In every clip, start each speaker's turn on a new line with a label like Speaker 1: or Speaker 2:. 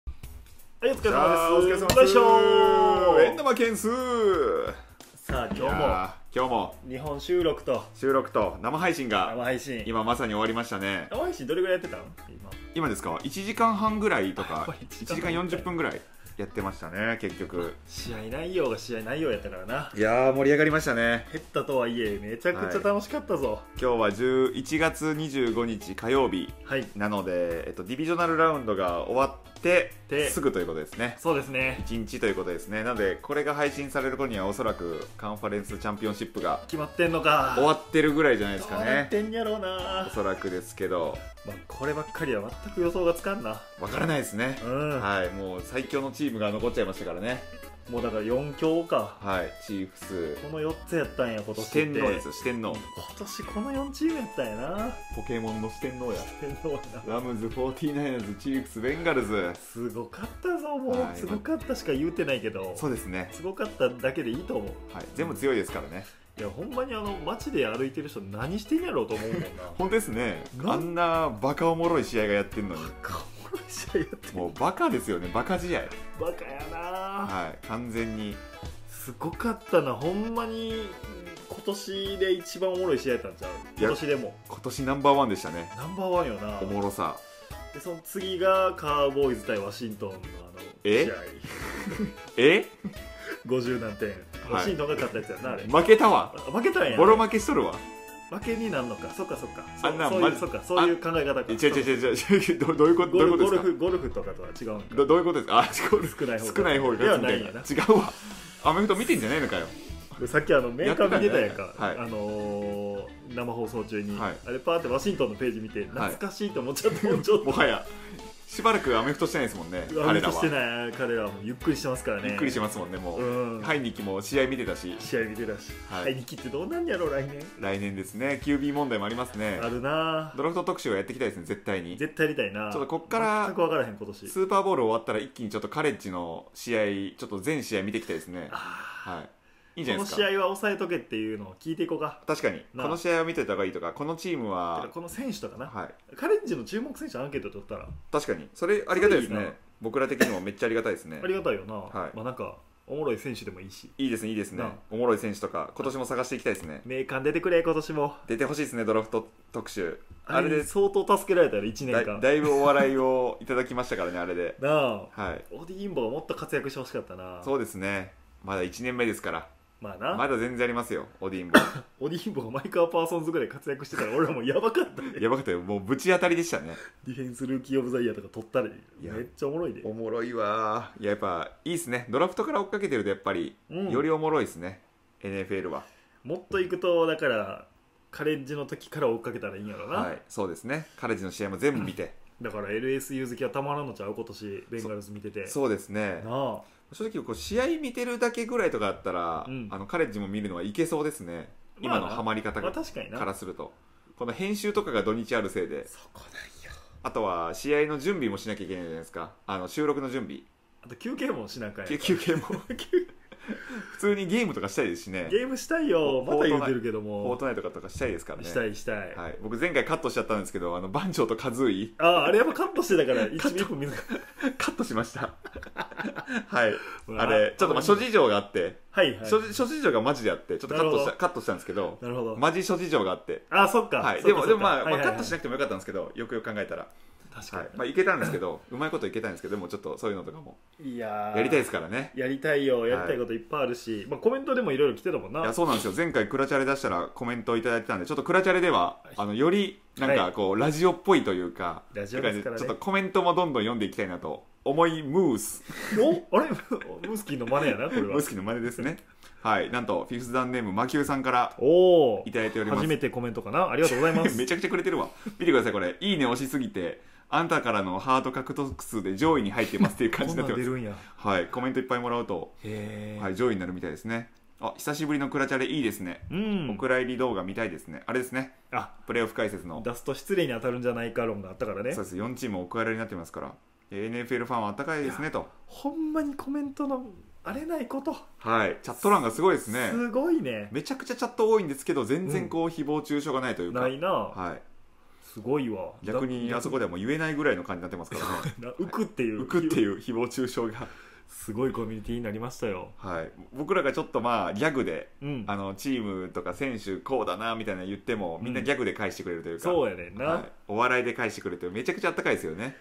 Speaker 1: はい、お疲れ様で
Speaker 2: じゃあお疲れ様
Speaker 1: す。
Speaker 2: です
Speaker 1: よいしょ
Speaker 2: エン玉件数
Speaker 1: さあ、
Speaker 2: い
Speaker 1: 今
Speaker 2: やー今日も
Speaker 1: 日も日本収録と
Speaker 2: 収録と生配信
Speaker 1: 生
Speaker 2: が
Speaker 1: 配信。
Speaker 2: 今まさに終わりましたね
Speaker 1: 生配信どれぐらいやってたの今。
Speaker 2: 今ですか1時間半ぐらいと
Speaker 1: やっ
Speaker 2: か
Speaker 1: ぱり
Speaker 2: 1
Speaker 1: 1
Speaker 2: 時
Speaker 1: 時
Speaker 2: 間
Speaker 1: 間
Speaker 2: 40分ぐらいやってましたね結局
Speaker 1: 試合内容が試合内容やったからな。
Speaker 2: いやー盛り上がりましたね
Speaker 1: 減ったとはいえ、めちゃくちゃ楽しかったぞ。
Speaker 2: 今日は11月25日火曜日
Speaker 1: はい。
Speaker 2: なので、えっと、ディビジョナルラウンドが終わって
Speaker 1: です
Speaker 2: ぐということですね
Speaker 1: そうですね。
Speaker 2: 1日ということですねなのでこれが配信される頃にはおそらくカンファレンスチャンピオンシップが
Speaker 1: 決まってんのか。
Speaker 2: 終わってるぐらいじゃないです
Speaker 1: ど
Speaker 2: か
Speaker 1: うな
Speaker 2: ね
Speaker 1: ってんやろうな。
Speaker 2: おそらくですけど
Speaker 1: まあ、こればっかりは全く予想がつかんな。
Speaker 2: わからないですね
Speaker 1: う、ん。
Speaker 2: はいもう最強のチームが残っちゃいましたからね
Speaker 1: もうだから4強か。
Speaker 2: はいチーフス
Speaker 1: この4つやったんや、今年っ
Speaker 2: 四
Speaker 1: て。
Speaker 2: 天王ですよ四天王
Speaker 1: 今年この4チームやったんやな。
Speaker 2: ポケモンの四天王や
Speaker 1: 天皇やな。
Speaker 2: ラムズ 49ers チーフスベンガルズ
Speaker 1: すごかったぞもう、
Speaker 2: はい
Speaker 1: すごかったしか言うてないけど
Speaker 2: そうですね、
Speaker 1: すごかっただけでいいと思う
Speaker 2: はい、全部強いですからね
Speaker 1: いやほんまにあの街で歩いてる人何してんやろうと思うも んな
Speaker 2: 本当ですね
Speaker 1: なん
Speaker 2: あんなバカおもろい試合がやってんのに
Speaker 1: バカおもろい試合やって
Speaker 2: もうバカですよねバカ試合
Speaker 1: バカやな
Speaker 2: はい完全に
Speaker 1: すごかったなほんまに今年で一番おもろい試合やったんちゃう今年でも
Speaker 2: 今年ナンバーワンでしたね
Speaker 1: ナンバーワンよな
Speaker 2: おもろさ
Speaker 1: でその次がカーボーイズ対ワシントンのあの
Speaker 2: え
Speaker 1: 試合
Speaker 2: え
Speaker 1: 50何点
Speaker 2: い
Speaker 1: ワシントンが勝ったやつやな、あれ
Speaker 2: 負けたわ
Speaker 1: あ負けたんや
Speaker 2: ボロ負けしとるわ
Speaker 1: 負けになるのかそっかそっかそ
Speaker 2: あんな
Speaker 1: そう
Speaker 2: ま
Speaker 1: いう
Speaker 2: ず
Speaker 1: そうかそういう考え方か
Speaker 2: え違う違う違う違うどどういうこと
Speaker 1: ゴ
Speaker 2: どうい
Speaker 1: ル
Speaker 2: うこと
Speaker 1: ゴ
Speaker 2: で
Speaker 1: ル
Speaker 2: すか
Speaker 1: フゴルフとかとは違うんか
Speaker 2: どどういうことですかあ違う
Speaker 1: 少ない方が
Speaker 2: 少ない方が勝つみたい
Speaker 1: ではないんやな
Speaker 2: な違うわアメフト見てんじゃないのかよ
Speaker 1: でさっきあのメーカー見てたやんか
Speaker 2: やってたねはい
Speaker 1: あのー生放送中に、
Speaker 2: はい
Speaker 1: あれパーってワシントンのページ見て懐かしいと思っちゃって、もうちょっ
Speaker 2: もはやしばらくアメフトしてないですもんね
Speaker 1: と
Speaker 2: 彼ら
Speaker 1: して
Speaker 2: は
Speaker 1: ない彼らはもうゆっくりしてますからね
Speaker 2: びっくりしますもんねも
Speaker 1: う、
Speaker 2: うんハイニキも試合見てたし
Speaker 1: 試合見てたし、
Speaker 2: はい
Speaker 1: はい、切ってどうなんやろう来年、
Speaker 2: 来年ですね QB 問題もありますね
Speaker 1: あるな
Speaker 2: ドラフト特集をやっていきたいですね絶対にち
Speaker 1: 絶対やりたいな
Speaker 2: ょっとこっから
Speaker 1: 全く分からへん今年
Speaker 2: スーパーボール終わったら一気にちょっとカレッジの試合ちょっと全試合見ていきたいですね
Speaker 1: あー
Speaker 2: はいいいんじゃ
Speaker 1: こ
Speaker 2: な
Speaker 1: の
Speaker 2: いです
Speaker 1: 試合
Speaker 2: か
Speaker 1: は抑えとけっていうのを聞いていこうか
Speaker 2: 確かに
Speaker 1: な
Speaker 2: この試合を見てた方がいいとかこのチーム
Speaker 1: てか
Speaker 2: は
Speaker 1: この選手とかな、
Speaker 2: はい
Speaker 1: カレッジの注目選手アンケート取ったら
Speaker 2: 確かにそれありがたいです
Speaker 1: それいい
Speaker 2: ね
Speaker 1: な
Speaker 2: 僕ら的にもめっちゃありがたいですね
Speaker 1: ありがたいよな、
Speaker 2: はい
Speaker 1: まあなんかおもろい選手でもいいし
Speaker 2: いいですねいいですね
Speaker 1: なあ
Speaker 2: おもろい選手とか今年も探していきたいですね
Speaker 1: 名鑑出てくれ今年も
Speaker 2: 出てほしいですねドラフト特集あ
Speaker 1: あ
Speaker 2: れ
Speaker 1: れ
Speaker 2: で
Speaker 1: で相当助けられたよ1
Speaker 2: だ
Speaker 1: 年間
Speaker 2: だいぶお笑いをいただきまし たからねあれで
Speaker 1: なあ
Speaker 2: はい
Speaker 1: オディインボがもっと活躍してほしかったな
Speaker 2: そうですねまだ1年目ですから
Speaker 1: まあな、
Speaker 2: まだ全然ありますよオディンボ
Speaker 1: オディインボがマイカーパーソンズぐらい活躍してた ら俺らもうやばかったね
Speaker 2: やばかったよもうぶち当たりでしたね
Speaker 1: ディフェンスルーキー・オブ・ザ・イヤーとか取ったり
Speaker 2: いや
Speaker 1: めっちゃおもろいで
Speaker 2: おもろいわーいややっぱいいですねドラフトから追っかけてるとやっぱり、
Speaker 1: うん
Speaker 2: よりおもろいですね NFL は
Speaker 1: もっといくとだからカレッジの時から追っかけたらいいんやろな、
Speaker 2: はいそうですねカレッジの試合も全部見て、
Speaker 1: だから LSU 好きはたまらんのちゃう今年ベンガルズ見てて
Speaker 2: そうですね
Speaker 1: なあ
Speaker 2: 正直こう試合見てるだけぐらいとかあったら、
Speaker 1: うん
Speaker 2: あのカレッジも見るのはいけそうですね、
Speaker 1: まあな
Speaker 2: 今のハマり方
Speaker 1: ま
Speaker 2: が
Speaker 1: あ確かにな
Speaker 2: からするとこの編集とかが土日あるせいで
Speaker 1: そこなんよ
Speaker 2: あとは試合の準備もしなきゃいけないじゃないですかあの収録の準備
Speaker 1: あと休憩もしなあかんやん
Speaker 2: 休休憩も 普通にゲームとかしたいですしね
Speaker 1: ゲームしたいよ
Speaker 2: フ
Speaker 1: ま
Speaker 2: ォート
Speaker 1: た
Speaker 2: ナイト
Speaker 1: 言うてるけど
Speaker 2: フォー
Speaker 1: も
Speaker 2: トナイトとかとかしたいですからね
Speaker 1: したいしたい、
Speaker 2: はい、僕前回カットしちゃったんですけどあの番長とカズーイ
Speaker 1: あああれやっぱカットしてたから1分1分見なかっ
Speaker 2: カットしました はい
Speaker 1: た
Speaker 2: あれちょっとまあ諸
Speaker 1: 事
Speaker 2: 事情があって、
Speaker 1: はいはい
Speaker 2: 諸事諸事情がマジであってちょっとカッ
Speaker 1: なる
Speaker 2: トし
Speaker 1: ほ
Speaker 2: た
Speaker 1: ど
Speaker 2: カットしたんですけど
Speaker 1: なるほど、
Speaker 2: マジ諸事情があって
Speaker 1: あそっか、
Speaker 2: はい、
Speaker 1: そっ
Speaker 2: で
Speaker 1: か
Speaker 2: も
Speaker 1: そ
Speaker 2: で
Speaker 1: っ
Speaker 2: も
Speaker 1: か
Speaker 2: まあ、
Speaker 1: はいはいはい
Speaker 2: まあカットしなくてもよかったんですけどよくよく考えたら、
Speaker 1: 確
Speaker 2: はい
Speaker 1: か
Speaker 2: まあ、いけたんですけどうまいこといけたんですけどでもちょっとそういうのとかも
Speaker 1: に、いやー
Speaker 2: やりたいですからね
Speaker 1: やりたいよやりたいこといっぱいあるし、まあコメントでもいろいろ来てたもん
Speaker 2: いや
Speaker 1: な
Speaker 2: そうなんですよ前回クラチャレ出したらコメントをいただいてたんでちょっとクラチャレではあのよりなんかこう、ラジオっぽいというか
Speaker 1: ラジオですからね
Speaker 2: ちょっとコメントもどんどん読んでいきたいなと思いムース
Speaker 1: おあれ ムスキーのマネやなこれ
Speaker 2: ム
Speaker 1: は
Speaker 2: ースキの真似ですねはいなんとフィフスダンネーム魔球さんから
Speaker 1: おお
Speaker 2: いただいております
Speaker 1: 初めてコメントかなありがとうございます
Speaker 2: めちゃくちゃくれてるわ見てくださいこれいいね押しすぎてあんたからのハート獲得数で上位に入ってますっていう感じになって
Speaker 1: こんなん出
Speaker 2: ます
Speaker 1: るんや
Speaker 2: はいコメントいっぱいもらうと
Speaker 1: へえ、
Speaker 2: はい、上位になるみたいですね。あ、久しぶりのクラチャレいいですね。
Speaker 1: うん
Speaker 2: お蔵入り動画見たいですね。あれですね。
Speaker 1: あ
Speaker 2: プレーオフ解説の。
Speaker 1: 出すと失礼に当たるんじゃないか論があったからね
Speaker 2: そうです。4チームお蔵入りになってますから。えー NFL ファンはあったかいですねと。
Speaker 1: ほんまにコメントの荒れないこと
Speaker 2: はい。チャット欄がすごいですね。
Speaker 1: すごいね
Speaker 2: めちゃくちゃチャット多いんですけど、全然こう、誹謗中傷がないというか。
Speaker 1: ないな、
Speaker 2: はい。
Speaker 1: すごいわ
Speaker 2: 逆にあそこではもう言えないぐらいの感じになってますからね
Speaker 1: な浮くっていう
Speaker 2: 浮くっていう誹謗中傷が、
Speaker 1: すごいコミュニティになりましたよ
Speaker 2: はい、僕らがちょっとまあギャグで
Speaker 1: うん
Speaker 2: あのチームとか選手こうだなみたいなの言ってもみんなギャグで返してくれるというか、
Speaker 1: そうやねんな、
Speaker 2: はい、お笑いで返してくれてめちゃくちゃあったかいですよね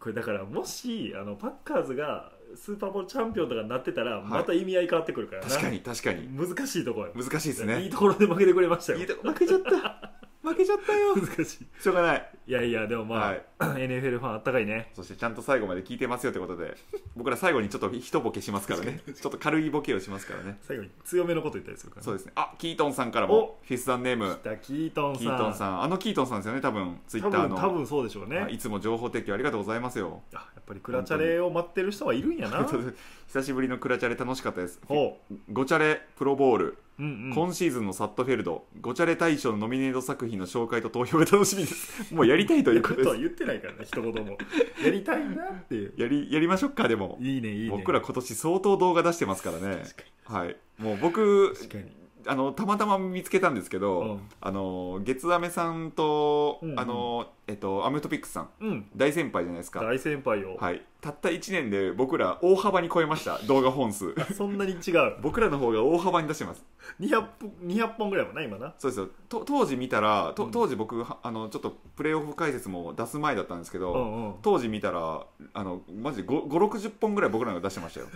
Speaker 1: これだからもしあのパッカーズがスーパーボールチャンピオンとかになってたらまた意味合い変わってくるからな、
Speaker 2: 確かに確かに
Speaker 1: 難しいところよ、
Speaker 2: 難しいですね
Speaker 1: いいところで負けてくれましたよ
Speaker 2: いいとこ負けちゃった負けちゃったよ
Speaker 1: 難しい
Speaker 2: しょうがない、
Speaker 1: いやいやでもまあ、
Speaker 2: はい
Speaker 1: NFL ファンあったかいね
Speaker 2: そしてちゃんと最後まで聞いてますよってことで僕ら最後にちょっと一ボケしますからねちょっと軽いボケをしますからね
Speaker 1: 最後に強めのこと言ったりするから
Speaker 2: そう
Speaker 1: う
Speaker 2: ですねあキートンさんからもフィスさんネーム
Speaker 1: キートンさん
Speaker 2: キートンさんあのキートンさんですよね多分ツイッター
Speaker 1: 多分多
Speaker 2: の
Speaker 1: 分そうでしょうね
Speaker 2: あいつも情報提供ありがとうございますよ
Speaker 1: あやっぱりクラチャレを待ってる人はいるんやな
Speaker 2: 久しぶりのクラチャレ楽しかったです
Speaker 1: ほ
Speaker 2: ごチャレプロボール、
Speaker 1: う、うんうん、
Speaker 2: 今シーズンのサットフェルドごチャレ大賞のノミネート作品の紹介と投票が楽しみです もうやりたいというこ
Speaker 1: こと
Speaker 2: で
Speaker 1: とは
Speaker 2: す
Speaker 1: 言ってないからね一言もやりたいなっていう
Speaker 2: やりやりましょうかでも
Speaker 1: いいねいいね
Speaker 2: 僕ら今年相当動画出してますからね
Speaker 1: 確か
Speaker 2: はいもう僕
Speaker 1: 確かに
Speaker 2: あのたまたま見つけたんですけど、
Speaker 1: うん
Speaker 2: あの月アメさんと、
Speaker 1: うんうん
Speaker 2: あのえっとアメトピックスさん
Speaker 1: うん
Speaker 2: 大先輩じゃないですか
Speaker 1: 大先輩を、
Speaker 2: はいたった1年で僕ら大幅に超えました動画本数
Speaker 1: そんなに違う
Speaker 2: 僕らの方が大幅に出してます
Speaker 1: 200, 本200本ぐらいもな今な
Speaker 2: そうですよと当時見たらと
Speaker 1: うん
Speaker 2: 当時僕、はあのちょっとプレーオフ解説も出す前だったんですけ
Speaker 1: う
Speaker 2: ど、
Speaker 1: んうん
Speaker 2: 当時見たらあのマジで560本ぐらい僕らが出してましたよ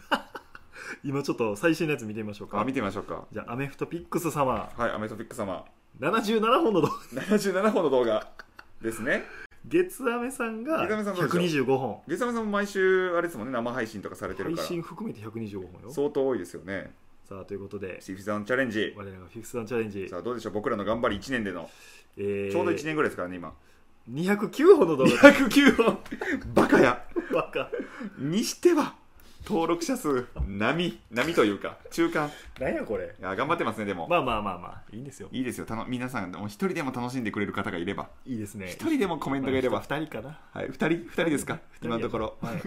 Speaker 1: 今ちょっと最新のやつ見てみましょう
Speaker 2: あ
Speaker 1: か
Speaker 2: 見てみましょうか
Speaker 1: じゃあアメフトピックス様
Speaker 2: はいアメトピック様
Speaker 1: 77本の動画
Speaker 2: 77本の動画ですね
Speaker 1: 月アメさんが
Speaker 2: 月飴さんそうで
Speaker 1: 125本
Speaker 2: 月山さんも毎週あれですもんね生配信とかされてる
Speaker 1: 配
Speaker 2: から
Speaker 1: 信含めて125本よ
Speaker 2: 相当多いですよね
Speaker 1: さあということで
Speaker 2: シフィザンチャレンジ
Speaker 1: 我らがフィフスダンチャレンジ
Speaker 2: さあどうでしょう僕らの頑張り1年での、
Speaker 1: えー、
Speaker 2: ちょうど1年ぐらいですからね今
Speaker 1: 209本の動画
Speaker 2: 209本バカや
Speaker 1: バカ
Speaker 2: にしては登録者数波波というか中間
Speaker 1: 何やこれ
Speaker 2: いや頑張ってますねでも、
Speaker 1: まあまあまあまあいいんですよ
Speaker 2: いいですよたの皆さんもう一人でも楽しんでくれる方がいれば
Speaker 1: いいですね
Speaker 2: 一人でもコメントがいれば、
Speaker 1: 2人かな
Speaker 2: はい、2人二人ですか
Speaker 1: 二人
Speaker 2: 今のところ、
Speaker 1: はい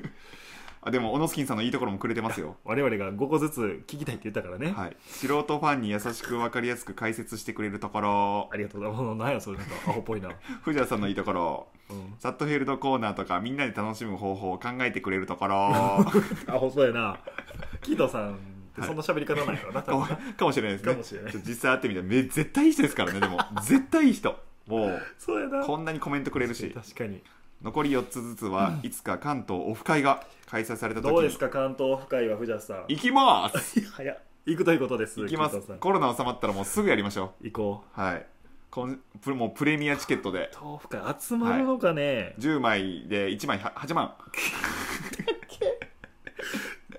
Speaker 2: あでもオノスキンさんのいいところもくれてますよ
Speaker 1: 我々が5個ずつ聞きたいって言ったからね、
Speaker 2: はい、素人ファンに優しく分かりやすく解説してくれるところ
Speaker 1: ありがとうございます何やそれなんかアホっぽいな、
Speaker 2: 藤田さんのいいところ
Speaker 1: うん、
Speaker 2: サットフィールドコーナーとかみんなで楽しむ方法を考えてくれるとこ ろ
Speaker 1: アホそうやなキートさんってそんな喋り方ないからな、
Speaker 2: か
Speaker 1: 多
Speaker 2: も
Speaker 1: 分な
Speaker 2: かもしれないですね
Speaker 1: かもしれない
Speaker 2: ちょっと実際会ってみたらめ絶対いい人ですからねでも絶対いい人もう
Speaker 1: そうやな
Speaker 2: こんなにコメントくれるし
Speaker 1: 確かに
Speaker 2: 残り4つずつはいつか関東オフ会が開催された時に
Speaker 1: どうですか関東深いは藤田さん
Speaker 2: 行きます
Speaker 1: 早っ行くということです
Speaker 2: 行きま
Speaker 1: キ
Speaker 2: す
Speaker 1: ートさん
Speaker 2: コロナ収まったらもうすぐやりましょ
Speaker 1: 行こ
Speaker 2: うはいこんプもうプレミアチケットで
Speaker 1: う東深い集まるのかね、
Speaker 2: 10枚で1枚は8万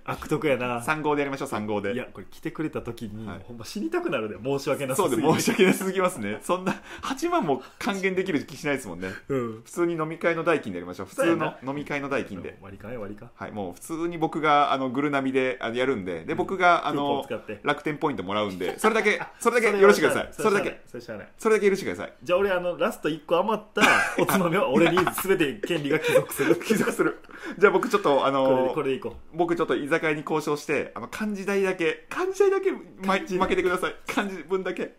Speaker 1: 悪徳やな
Speaker 2: 3号でやりましょう3号で
Speaker 1: いやこれ来てくれた時に、
Speaker 2: はい
Speaker 1: ほんま死にたくなるで申し訳なさ
Speaker 2: そ
Speaker 1: す
Speaker 2: う
Speaker 1: ぎ
Speaker 2: で
Speaker 1: て
Speaker 2: 申し訳なさすぎますねそんな8万も還元できる気しないですもんね
Speaker 1: うん
Speaker 2: 普通に飲み会の代金でやりましょう普
Speaker 1: そ
Speaker 2: 通
Speaker 1: う
Speaker 2: の
Speaker 1: や
Speaker 2: 飲み会の代金で、
Speaker 1: 割り勘や割り勘
Speaker 2: はい、もう普通に僕があのグルナビであのやるんでで僕があ
Speaker 1: クーポン
Speaker 2: の
Speaker 1: 使って
Speaker 2: 楽天ポイントもらうんでそれだけそれだけよろしくくださいそれだけ
Speaker 1: それしゃあない
Speaker 2: それだけ許してください
Speaker 1: じゃあ俺あのラスト1個余ったおつまみは俺に全て権利が帰属する
Speaker 2: 帰属するじゃあ僕ちょっとあ
Speaker 1: これで
Speaker 2: の
Speaker 1: これでいこ
Speaker 2: 僕ちょっと居酒屋に交渉してあの漢字代だけ漢字代だけ、ま、負けてください漢字分だけ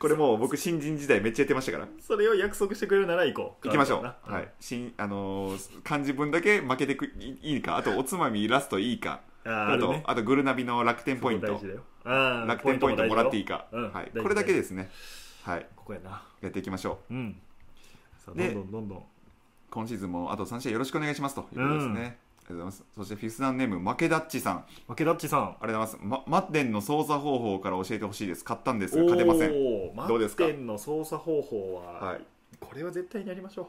Speaker 2: これもう僕新人時代めっちゃやってましたから
Speaker 1: うそれを約束してくれるなら行こう
Speaker 2: 行きましょう、
Speaker 1: な
Speaker 2: はい新あのー漢字分だけ負けてくいいいかあとおつまみラストいいか
Speaker 1: あー
Speaker 2: あ
Speaker 1: ある
Speaker 2: と
Speaker 1: ね
Speaker 2: あとグルナビの楽天ポイン
Speaker 1: そこ
Speaker 2: ト
Speaker 1: 大事だよあー
Speaker 2: 楽天ポイントもらっていいか、
Speaker 1: ポイントも
Speaker 2: は
Speaker 1: 大
Speaker 2: い
Speaker 1: 事、ようん
Speaker 2: これだけ
Speaker 1: 大事
Speaker 2: ですね、はい、
Speaker 1: ここやな
Speaker 2: やっていきましょう
Speaker 1: うんさあど
Speaker 2: で
Speaker 1: んどんどんどん
Speaker 2: 今シーズンもあと3試合よろしくお願いしますということです
Speaker 1: うん
Speaker 2: ね、ありがとうございますそしてフィスナンネーム負けだっちさんあ
Speaker 1: 負けだっちさん
Speaker 2: りがとうございます、ま、マッテンの操作方法から教えてほしいです買ったんですが勝てません
Speaker 1: ん
Speaker 2: どうですか
Speaker 1: マッテンの操作方法は、
Speaker 2: はい
Speaker 1: これは絶対にやりましょう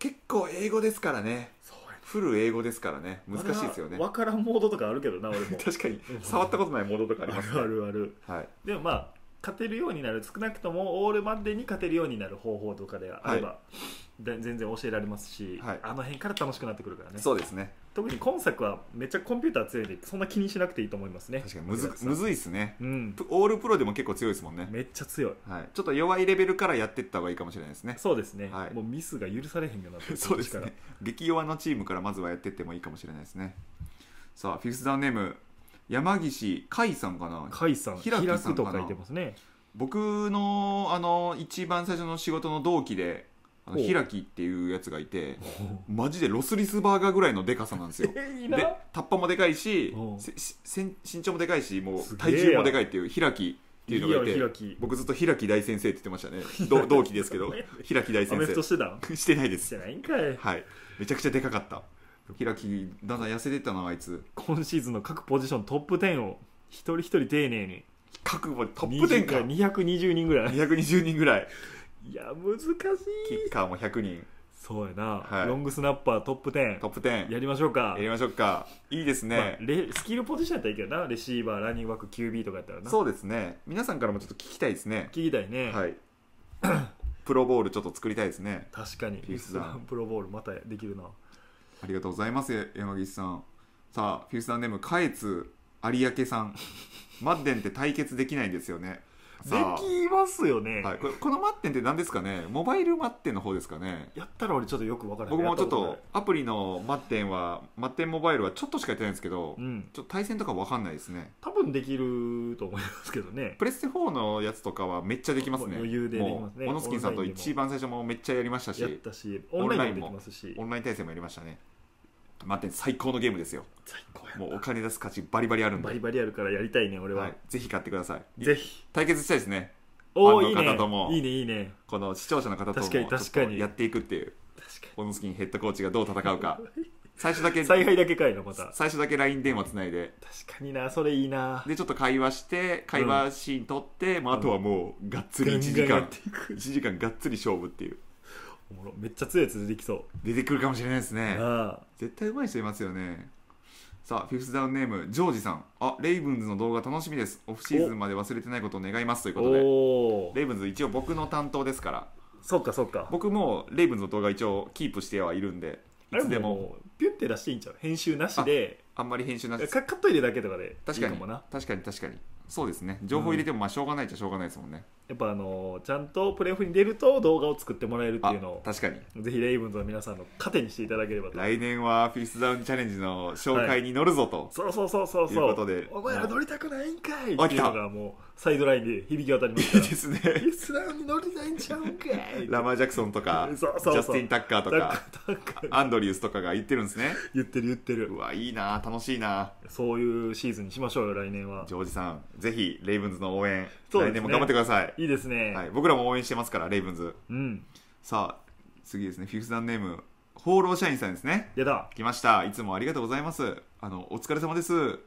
Speaker 2: 結構英語ですからね
Speaker 1: そう
Speaker 2: フル英語ですからね難しいですよね
Speaker 1: 分からんモードとかあるけどな俺も
Speaker 2: 確かに触ったことないモードとかあり
Speaker 1: あ
Speaker 2: ます
Speaker 1: るあるある
Speaker 2: はい
Speaker 1: でもまあ勝てるようになる少なくともオールマンデーに勝てるようになる方法とかであれば、で全然教えられますし、
Speaker 2: はい
Speaker 1: あの辺から楽しくなってくるからね
Speaker 2: そうですね
Speaker 1: 特に今作はめっちゃコンピューター強いんでそんな気にしなくていいと思いますね
Speaker 2: 確かにむず
Speaker 1: 平田さん
Speaker 2: むずいですね
Speaker 1: うん
Speaker 2: プオールプロでも結構強いですもんね、
Speaker 1: めっちゃ強い
Speaker 2: はい、ちょっと弱いレベルからやっていった方がいいかもしれないですね
Speaker 1: そうですね、
Speaker 2: はい
Speaker 1: もうミスが許されへんようになってる
Speaker 2: そうですね 激弱のチームからまずはやっていってもいいかもしれないですねさあフィフスダウンネーム山岸海さんかな
Speaker 1: 甲斐さん
Speaker 2: 開さんか
Speaker 1: 開
Speaker 2: な
Speaker 1: くと書いてますね
Speaker 2: 僕のあの一番最初の仕事の同期であの
Speaker 1: ほう
Speaker 2: 開きっていうやつがいてマジでロスリスバーガーぐらいのでかさなん ですよ
Speaker 1: えいいな
Speaker 2: でタッパもでかいし
Speaker 1: うん
Speaker 2: せしせん身長もでかいしも
Speaker 1: す
Speaker 2: う
Speaker 1: げえ
Speaker 2: 体
Speaker 1: や
Speaker 2: 重もでかいっていう開きっていうのがい
Speaker 1: いい
Speaker 2: て
Speaker 1: よ開き
Speaker 2: 僕ずっと開き大先生って言って ましたねど同期ですけど開き大
Speaker 1: ア
Speaker 2: 先
Speaker 1: メフト
Speaker 2: 生
Speaker 1: してたん
Speaker 2: してないで
Speaker 1: し
Speaker 2: す
Speaker 1: てないんかい
Speaker 2: はいめちゃくちゃでかかった開きだんだん痩せてったなあいつ
Speaker 1: 今シーズンの各ポジショントップ10を一人一人丁寧に
Speaker 2: 覚悟トップ10か
Speaker 1: 20 220人ぐらい
Speaker 2: 220人ぐらい
Speaker 1: いや難しい
Speaker 2: キッカーも100人
Speaker 1: そうやな、
Speaker 2: はい
Speaker 1: ロングスナッパートップ10
Speaker 2: トップ10
Speaker 1: や
Speaker 2: や
Speaker 1: りましょうか
Speaker 2: りましょうかいいですね
Speaker 1: まあ、レスキルポジションやったらいいけどなレシーバーランニングバック QB とかやったらな
Speaker 2: そうですね皆さんからもちょっと聞きたいですね
Speaker 1: 聞きたいね、
Speaker 2: はい プロボールちょっと作りたいですね
Speaker 1: 確かに
Speaker 2: ピースだ
Speaker 1: プロボールまたできるな
Speaker 2: ありがとうございます山岸さんさあフィースターネームかえつ有明さん マッデンって対決できないんですよね
Speaker 1: で
Speaker 2: さ
Speaker 1: きますよね、
Speaker 2: あ、はい、これこのマッデンって何ですかねモバイルマッデンの方ですかね
Speaker 1: やったら俺ちょっとよくわからない
Speaker 2: 僕もちょっ
Speaker 1: や
Speaker 2: と
Speaker 1: たこ
Speaker 2: アプリのマッデンはマッデンモバイルはちょっとしかやってないんですけど
Speaker 1: とないうん
Speaker 2: ちょっと対戦とかわかんないですね
Speaker 1: 多分できると思いますけどね
Speaker 2: プレステ4のやつとかはめっちゃできます
Speaker 1: も
Speaker 2: ね
Speaker 1: う余裕でできますね
Speaker 2: もう小野月さん
Speaker 1: オ
Speaker 2: と
Speaker 1: ンラインでも
Speaker 2: 一番最初もめっ ちゃやりましたし
Speaker 1: やったしオンラインもできますし
Speaker 2: オンライン対戦もやりましたねマッデン最高のゲームですよ
Speaker 1: 最高や
Speaker 2: もうお金出す価値バリバリあるんで
Speaker 1: バリバリあるからやりたいね俺は、
Speaker 2: はい、ぜひ買ってください
Speaker 1: ぜひ
Speaker 2: 対決したいですね
Speaker 1: おお
Speaker 2: フ
Speaker 1: い
Speaker 2: ァン
Speaker 1: い
Speaker 2: の
Speaker 1: ね
Speaker 2: 方とも
Speaker 1: いいねいいね
Speaker 2: この視聴者の方とも
Speaker 1: 確かに確かに
Speaker 2: ちょっとやっていくっていう
Speaker 1: 確か
Speaker 2: 小野スキンヘッドコーチがどう戦 うか最初だけ
Speaker 1: に采配だけかいなまた確
Speaker 2: 最初だけ LINE 電話つないで
Speaker 1: かになそれいいな
Speaker 2: でちょっと会話して会話シーン撮って、まあ、あとはもうがっつり1
Speaker 1: ガ
Speaker 2: 時
Speaker 1: ンガンや
Speaker 2: 間
Speaker 1: っていく
Speaker 2: 1時間がっつり勝負っていう
Speaker 1: おもろめっちゃ強いやつ出てきそう
Speaker 2: 出てくるかもしれないですね
Speaker 1: あ
Speaker 2: 絶対上手い人いますよねさあフィフスダウンネームジョージさんあレイブンズの動画楽しみですオフシーズンまで忘れてないことを願いますという
Speaker 1: あ
Speaker 2: ことで
Speaker 1: おお
Speaker 2: レイブンズ一応僕の担当ですから
Speaker 1: そっかそっか
Speaker 2: 僕もレイブンズの動画一応キープしてはいるんでいつで
Speaker 1: あれ
Speaker 2: も
Speaker 1: もうピュッて出していいんちゃう編集なしで
Speaker 2: あんまり編集なし
Speaker 1: かカット入れだけとかでいい
Speaker 2: 確
Speaker 1: か
Speaker 2: かに
Speaker 1: もな
Speaker 2: 確かに確かにそうですね情報入れてもまあしょうがないっちゃしょうがないですもんね、
Speaker 1: やっぱあのーちゃんとプレーオフに出ると動画を作ってもらえるって
Speaker 2: あ
Speaker 1: いうのを
Speaker 2: 確かに
Speaker 1: ぜひレイブンズの皆さんの糧にしていただければと
Speaker 2: 来年はフィフスダウンチャレンジの紹介に乗るぞと、
Speaker 1: そうそうそうそう
Speaker 2: と
Speaker 1: そ
Speaker 2: いうことで
Speaker 1: お前ら乗りたくないんかいっ
Speaker 2: あ
Speaker 1: ていう
Speaker 2: 来た
Speaker 1: のがもうサイドラインで響き渡りま
Speaker 2: い
Speaker 1: す
Speaker 2: い
Speaker 1: か
Speaker 2: ですね
Speaker 1: らリスナーに乗りたいんちゃうんかい
Speaker 2: ラマー・ジャクソンとか
Speaker 1: そうそうそう
Speaker 2: ジャスティン・タッカーと
Speaker 1: だ
Speaker 2: か
Speaker 1: からだから
Speaker 2: アンドリュースとかが言ってるんですね
Speaker 1: 言ってる言ってる
Speaker 2: うわいいな楽しいな
Speaker 1: そういうシーズンにしましょうよ来年は
Speaker 2: ジョージさんぜひレイブンズの応援、
Speaker 1: そうですね
Speaker 2: 来年も頑張ってください、
Speaker 1: いいですね、
Speaker 2: はい、僕らも応援してますからレイブンズ
Speaker 1: うん
Speaker 2: さあ次ですねフィフスダウンネーム放浪社員さんですね
Speaker 1: やだ
Speaker 2: 来ましたいつもありがとうございますあのお疲れ様です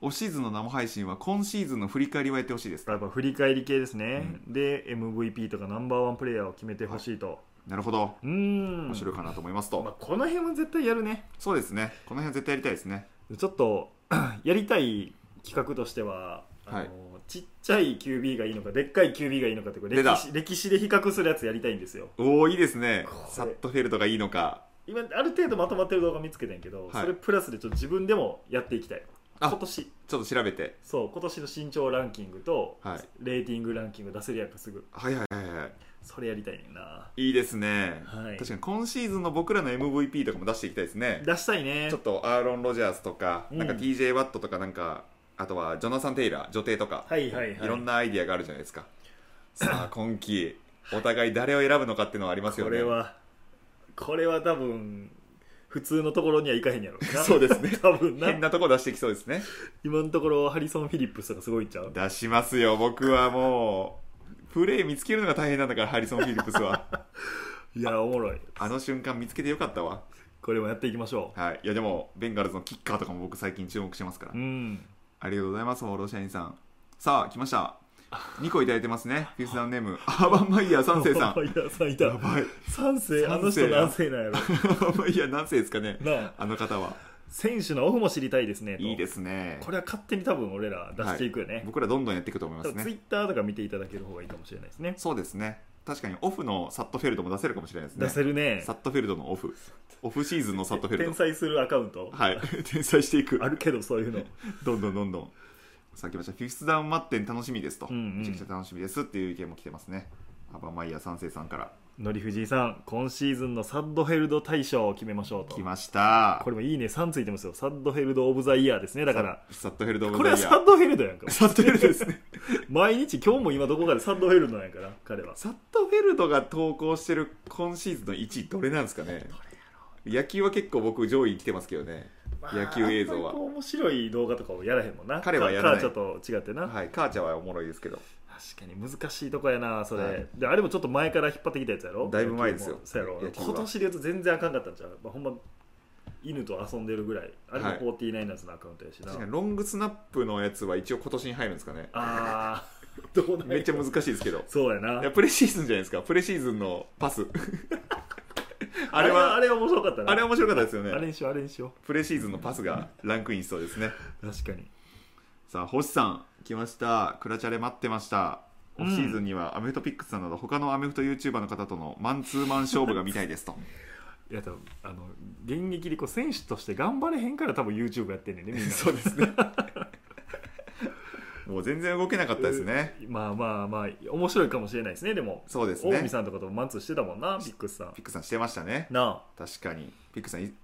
Speaker 2: オフシーズンの生配信は今シーズンの振り返りをやってほしいです
Speaker 1: やっぱ振り返り系ですね、で MVP とかナンバーワンプレイヤーを決めてほしいと、
Speaker 2: なるほど
Speaker 1: うーん
Speaker 2: 面白いかなと思いますと、
Speaker 1: まあ、この辺は絶対やるね
Speaker 2: そうですねこの辺は絶対やりたいですね
Speaker 1: ちょっと やりたい企画としてはあの、
Speaker 2: はい
Speaker 1: ちっちゃい QB がいいのかでっかい QB がいいのかってこれ
Speaker 2: 出た
Speaker 1: 歴史歴史で比較するやつやりたいんですよ
Speaker 2: おおいいですね
Speaker 1: これ
Speaker 2: サットフェルトがいいのか
Speaker 1: 今ある程度まとまってる動画見つけたんやけど、
Speaker 2: はい
Speaker 1: それプラスでちょっと自分でもやっていきたい
Speaker 2: あ
Speaker 1: 今年
Speaker 2: ちょっと調べて
Speaker 1: そう今年の身長ランキングと、
Speaker 2: はい
Speaker 1: レーティングランキング出せるやんかすぐ
Speaker 2: はいはいはいはい
Speaker 1: それやりたいねんない
Speaker 2: いですね、
Speaker 1: はい
Speaker 2: 確かに今シーズンの僕らの MVP とかも出していきたいですね
Speaker 1: 出したいね
Speaker 2: ちょっとアーロン・ロジャースとか,、
Speaker 1: うん
Speaker 2: なんか TJ ・ワットとかなんかあとはジョナサン・テイラー女帝とか、
Speaker 1: はいはいはい
Speaker 2: ろんなアイディアがあるじゃないです かさあ今季お互い誰を選ぶのかっていうのはありますよ
Speaker 1: こ
Speaker 2: ね
Speaker 1: れはこれは多分普通のところにはいかへんやろ
Speaker 2: そうですね
Speaker 1: 多分
Speaker 2: 変
Speaker 1: な
Speaker 2: なとこ出してきそうですね
Speaker 1: 今のところハリソン・フィリップスとかすごいんちゃう
Speaker 2: 出しますよ僕はもうプレー見つけるのが大変なんだからハリソン・フィリップス は
Speaker 1: いやおもろい
Speaker 2: あの瞬間見つけてよかったわ
Speaker 1: これもやっていきましょ
Speaker 2: はいいやでもベンガルズのキッカーとかも僕最近注目してますから
Speaker 1: ううん
Speaker 2: ありがとうございます、ロシアインさん。さあ、来 ました。2個いただいてますね。フィフスダウンネーム、アーバンマイヤー3世さ ん。
Speaker 1: いやさんいた
Speaker 2: や ばい。
Speaker 1: 三世あの人
Speaker 2: 三世や
Speaker 1: 何世なんやろ
Speaker 2: アーバンマイヤー何世ですかね。
Speaker 1: なあ
Speaker 2: あの方は。
Speaker 1: 選手のオフも知りたいですねと
Speaker 2: いいですね。
Speaker 1: これは勝手に多分俺ら出していくよね、
Speaker 2: 僕らどんどんやっていくと思います
Speaker 1: ツイ
Speaker 2: ね。
Speaker 1: ッターとか見ていただける方がいいかもしれないですね
Speaker 2: そうですね。確かにオフのサットフェルドも出せるかもしれないですね。
Speaker 1: 出せるね
Speaker 2: サットフェルドのオフ。オフシーズンのサットフェル
Speaker 1: 転
Speaker 2: ド。
Speaker 1: 載するアカウント、
Speaker 2: はい。 転載していく
Speaker 1: あ。るけどそういうの
Speaker 2: どんどんどんどん。さあ来ました。フィフスダウンマッテン楽しみですと。
Speaker 1: うんうん
Speaker 2: めちゃくちゃ楽しみですっていう意見も来てますね。アーバンマイヤー3世さんから。
Speaker 1: のり藤井さん今シーズンのサッドフェルド大賞を決めましょうと
Speaker 2: 来ました
Speaker 1: これもいいね3ついてますよサッドフェルド・オブ・ザ・イヤーですねだから
Speaker 2: サットヘルドオブ
Speaker 1: これ
Speaker 2: ザ
Speaker 1: は
Speaker 2: イヤ
Speaker 1: サ
Speaker 2: ー
Speaker 1: ッドフェルドやんか
Speaker 2: サットヘルドですね
Speaker 1: 毎日今日も今どこかでサッドフェルドなんやから彼は
Speaker 2: サットフェルドが投稿してる今シーズンの1位どれなんですかね野球は結構僕上位来てますけどね 野球映像
Speaker 1: あんま
Speaker 2: は
Speaker 1: りこう面白い動画とかをやらへんもんな
Speaker 2: 彼はやらない
Speaker 1: か彼はちょっと違ってな、
Speaker 2: はいカーチャはおもろいですけど
Speaker 1: 確かに難しいとこやなそれ、
Speaker 2: はい
Speaker 1: であれもちょっと前から引っ張ってきたやつやろ
Speaker 2: だいぶ前ですよ
Speaker 1: そうやろ
Speaker 2: 野球は
Speaker 1: 今年でやつ全然あかんかったんちゃう、まあ、ほんま犬と遊んでるぐらいあれ
Speaker 2: はい
Speaker 1: も 49ers のアカウントやしな、
Speaker 2: 確かにロングスナップのやつは一応今年に入るんですかね
Speaker 1: ああ どうなんやろ
Speaker 2: めっちゃ難しいですけど
Speaker 1: そうやない
Speaker 2: やプレシーズンじゃないですかプレシーズンのパ スあれ
Speaker 1: あ
Speaker 2: は
Speaker 1: れは面白かったな
Speaker 2: あれ面白かったですよ
Speaker 1: あれ
Speaker 2: ね
Speaker 1: にしようあれにしよ
Speaker 2: プレシーズンのパスがランクインしそうですね
Speaker 1: う確かに
Speaker 2: さあ星さん来ましたクラチャレ待ってましたオ
Speaker 1: うん
Speaker 2: フシーズンにはアメフトピックスなど他のアメフト YouTuber の方とのマンツーマン勝負が見たいで すと
Speaker 1: いや多分あの現役でこう選手として頑張れへんから多分 YouTube やってんねんね みんな
Speaker 2: そうですね もう全然動けなかったですね
Speaker 1: まあまあまあ面白いかもしれないですねでも
Speaker 2: そうです
Speaker 1: 大海
Speaker 2: ね
Speaker 1: さんとかともマンツーしてたもんなビックスさん
Speaker 2: ピックさんしてましたね
Speaker 1: なあ
Speaker 2: 確かにピックさんい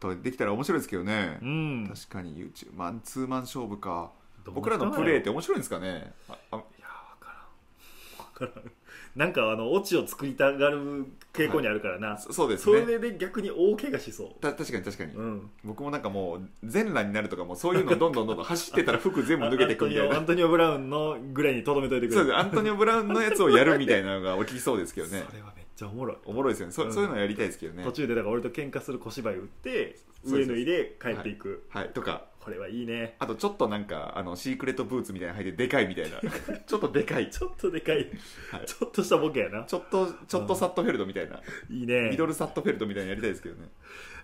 Speaker 2: とできたら面白いですけどね
Speaker 1: うん
Speaker 2: 確かに YouTube マンツーマン勝負か
Speaker 1: どんな人
Speaker 2: 僕らのプレーっ
Speaker 1: なんや
Speaker 2: て
Speaker 1: ろ
Speaker 2: 面白いんですかねああ
Speaker 1: いや分からん分からんなんかあのオチを作りたがる傾向にあるからな、
Speaker 2: そそうです
Speaker 1: そ
Speaker 2: ね
Speaker 1: れで逆に大怪我しそう
Speaker 2: た確かに確かに、
Speaker 1: うん、
Speaker 2: 僕もなんかもう全裸になるとかもうそういうのどんどんどんどん走ってたら服全部抜けてく みたい
Speaker 1: ア
Speaker 2: な
Speaker 1: ントニオ・アントニオブラウンのぐらいにとどめといてくれ
Speaker 2: そうですアントニオ・ブラウンのやつをやるみたいなのが起きそうですけどね
Speaker 1: それはめっちゃおもろい
Speaker 2: おもろいですよねそ,、う
Speaker 1: うん
Speaker 2: そういうのやりたいですけどね
Speaker 1: 途中でだから俺と喧嘩する小芝居打って
Speaker 2: そうです
Speaker 1: 上脱いで帰っていく、
Speaker 2: はいとか
Speaker 1: これはいいね
Speaker 2: あとちょっとなんかあのシークレットブーツみたいなの履いてでかいみたいな ちょっとでかいち
Speaker 1: ちょっとでかい、
Speaker 2: はい
Speaker 1: ちょっとしたボケやな
Speaker 2: ょっとちょっとサットフェルドみたいな、
Speaker 1: いいね
Speaker 2: ミドルサットフェルドみたいなのやりたいですけどね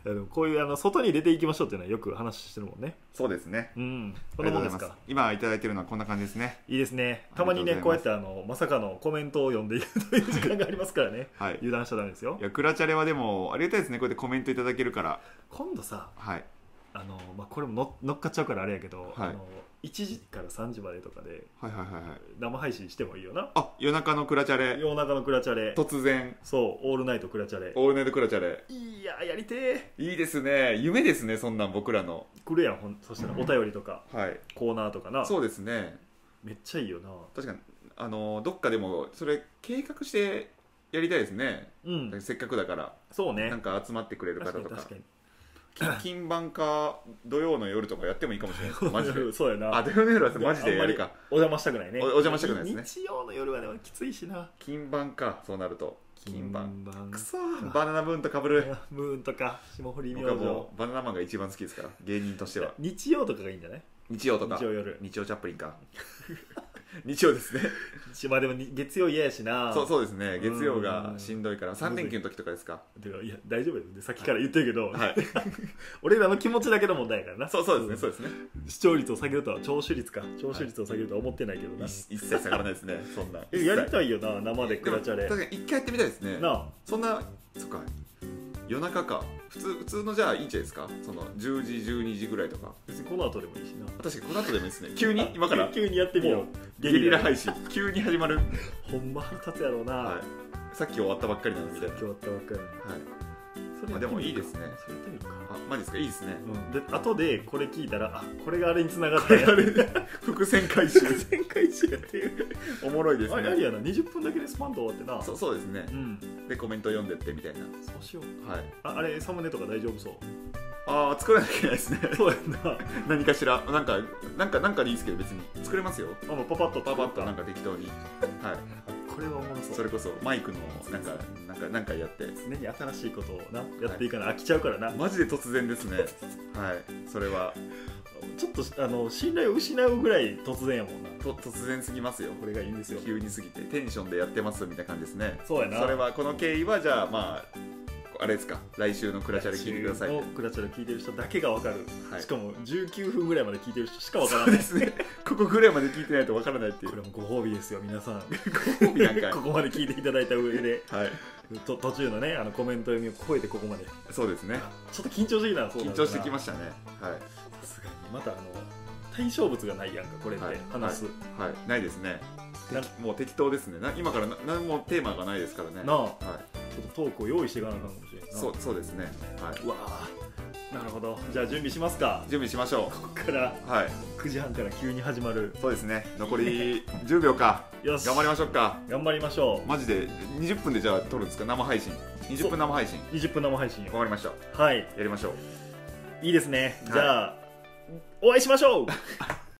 Speaker 1: いやでもこういうあの外に出ていきましょうっていうのはよく話してるもんね
Speaker 2: そうですね
Speaker 1: うん
Speaker 2: あ
Speaker 1: こん
Speaker 2: り
Speaker 1: な
Speaker 2: が
Speaker 1: も
Speaker 2: と
Speaker 1: ん
Speaker 2: う
Speaker 1: です
Speaker 2: ござい
Speaker 1: か
Speaker 2: ます今いただいてるのはこんな感じですね
Speaker 1: いいですねたまにね
Speaker 2: ありがと
Speaker 1: こ
Speaker 2: う
Speaker 1: う
Speaker 2: ご
Speaker 1: やっ
Speaker 2: ざ
Speaker 1: てあのまさかのコメントを読んでいくという時間がありますからね
Speaker 2: はい
Speaker 1: 油断しちゃダメですよ
Speaker 2: いやクラチャレはでもありがたいですねこうやってコメントいただけるから
Speaker 1: 今度さ
Speaker 2: はい
Speaker 1: あの、まあ、これもの乗っかっちゃうからあれやけど、
Speaker 2: はい
Speaker 1: あの1時から3時までとかで
Speaker 2: はいはいはいはい
Speaker 1: 生配信してもいいよな
Speaker 2: あ夜中のクラチャレ
Speaker 1: 夜中のクラチャレ
Speaker 2: 突然
Speaker 1: そうオールナイトクラチャレ
Speaker 2: オールナイトクラチャレ
Speaker 1: いややりてえ
Speaker 2: いいですね夢ですねそんなん僕らの
Speaker 1: 来るやんほんそしたらお便りとか
Speaker 2: はい
Speaker 1: コーナーとかな
Speaker 2: そうですね
Speaker 1: めっちゃいいよな
Speaker 2: 確かにあのどっかでもそれ計画してやりたいですね、
Speaker 1: うん
Speaker 2: せっかくだから
Speaker 1: そう
Speaker 2: な
Speaker 1: ね
Speaker 2: んか集まってくれる方
Speaker 1: 確か
Speaker 2: と
Speaker 1: に確
Speaker 2: か
Speaker 1: かに
Speaker 2: き金盤か土曜の夜とかやってもいいかもしれない ですマジで
Speaker 1: そうやな
Speaker 2: あ土曜の夜はマジでやるか
Speaker 1: お邪魔したくないね
Speaker 2: おお邪魔したくないですね
Speaker 1: 日曜の夜はでもきついしな
Speaker 2: 金盤かそうなると金盤くそー
Speaker 1: バ
Speaker 2: バナナムーンとかぶる
Speaker 1: ムーンとか霜降り明
Speaker 2: 僕は
Speaker 1: 星
Speaker 2: もうバナナマンが一番好きですから芸人としては
Speaker 1: 日曜とかがいいんじゃない
Speaker 2: 日曜とか
Speaker 1: 日曜夜
Speaker 2: 日曜チャップリンか日曜ですね
Speaker 1: 日まあでもに月曜嫌やしな
Speaker 2: そうそうですね
Speaker 1: うん
Speaker 2: 月曜がしんどいから3連休の時とかですか
Speaker 1: てかいや大丈夫よさっきから言ってるけど、
Speaker 2: はい
Speaker 1: 俺らの気持ちだけの問題やからな
Speaker 2: そうそうですねそうですね
Speaker 1: 視聴率を下げるとは聴取率か聴取率を下げるとは思ってないけどな、
Speaker 2: 一一切下がらないですねそんな
Speaker 1: えやり
Speaker 2: い
Speaker 1: たいよな生で
Speaker 2: で
Speaker 1: ク
Speaker 2: も
Speaker 1: ラチャ
Speaker 2: 確
Speaker 1: レ
Speaker 2: かに一回やってみたいですね
Speaker 1: なあ
Speaker 2: そんなそっか夜中か普通普通のじゃあいいんじゃないですかその10時12時ぐらいとか
Speaker 1: 別にこの後でもいいしな
Speaker 2: 確かにこの後でもいいですね急に今から
Speaker 1: 急にやってみよう
Speaker 2: ゲリラ配信急に始まる、
Speaker 1: ほんま腹立つやろうな、
Speaker 2: はい、さっき終わったばっかりなので、
Speaker 1: 今
Speaker 2: はい、
Speaker 1: 日あったばっかりそれ
Speaker 2: あでもいいですね
Speaker 1: それやってみるか
Speaker 2: あマジですかいいですね
Speaker 1: うん、で後でこれ聞いたらあこれがあれに繋がったや
Speaker 2: こ れあれ
Speaker 1: 伏
Speaker 2: 伏線回収
Speaker 1: 線回収やっていう
Speaker 2: おもろいです
Speaker 1: あれあり
Speaker 2: ね
Speaker 1: やな20分だけでスパンと終わってな
Speaker 2: そうそうですね
Speaker 1: うん
Speaker 2: でコメント読んでってみたいな
Speaker 1: そうしよう
Speaker 2: はい
Speaker 1: ああれサムネとか大丈夫そう
Speaker 2: ああ作らなきゃいけないですね
Speaker 1: そうやんな
Speaker 2: 何かしらなんかなんかなんかでいいですけど別に作れますよ
Speaker 1: あもうパパッと
Speaker 2: パパッと
Speaker 1: な
Speaker 2: なんか適当にはい
Speaker 1: これはおもろそ
Speaker 2: そうれこそマイクのなんかなんかなんかやって
Speaker 1: 常に新しいことをなやっていかな、飽きちゃうからな、
Speaker 2: マジで突然ですねはいそれは
Speaker 1: ちょっとあの信頼を失うぐらい突然やもんな
Speaker 2: と突然すぎますよ
Speaker 1: これがいいんですよ
Speaker 2: 急に過ぎてテンションでやってますみたいな感じですね
Speaker 1: そうやな
Speaker 2: それはこの経緯はじゃあまああれですか来週のクラチャレ聞いてください
Speaker 1: 来週のクラチャレ聞いてる人だけが分かる、
Speaker 2: はい
Speaker 1: しかも19分ぐらいまで聞いてる人しか分から
Speaker 2: そ
Speaker 1: な
Speaker 2: う
Speaker 1: い
Speaker 2: ですねここぐらいまで聞いてないとわからないっていう
Speaker 1: これもご褒美ですよ皆さん
Speaker 2: 興味なんか
Speaker 1: ここまで聞いていただいた上で
Speaker 2: はい
Speaker 1: と途中のねあのコメント読みを超えてここまでち
Speaker 2: そうですね
Speaker 1: ょっと緊張してきたなそう
Speaker 2: 緊張してきま
Speaker 1: し
Speaker 2: したねはい
Speaker 1: たさすがにまたあの対象物がないやんかこれって、
Speaker 2: はい
Speaker 1: 話す、
Speaker 2: はい、ないですね
Speaker 1: な
Speaker 2: もう適当ですねな今からな何もテーマがないですからね
Speaker 1: なあ
Speaker 2: はい、
Speaker 1: ちょっとトークを用意していかなあかんかもしれないな
Speaker 2: そうそうですね、は
Speaker 1: うわあなるほどじゃあ準備しますか
Speaker 2: い、準備しましょ
Speaker 1: ここから
Speaker 2: うはい
Speaker 1: 9時半から急に始まる
Speaker 2: そうですね残り10秒か
Speaker 1: よし
Speaker 2: 頑張りましょうか
Speaker 1: 頑張りましょ
Speaker 2: マジで20分でじゃあ撮るんですか生配信20分生配信
Speaker 1: う20分生配信
Speaker 2: わかりました
Speaker 1: はい
Speaker 2: やりましょう
Speaker 1: いいですね
Speaker 2: はい
Speaker 1: じゃあ、お会いしましょう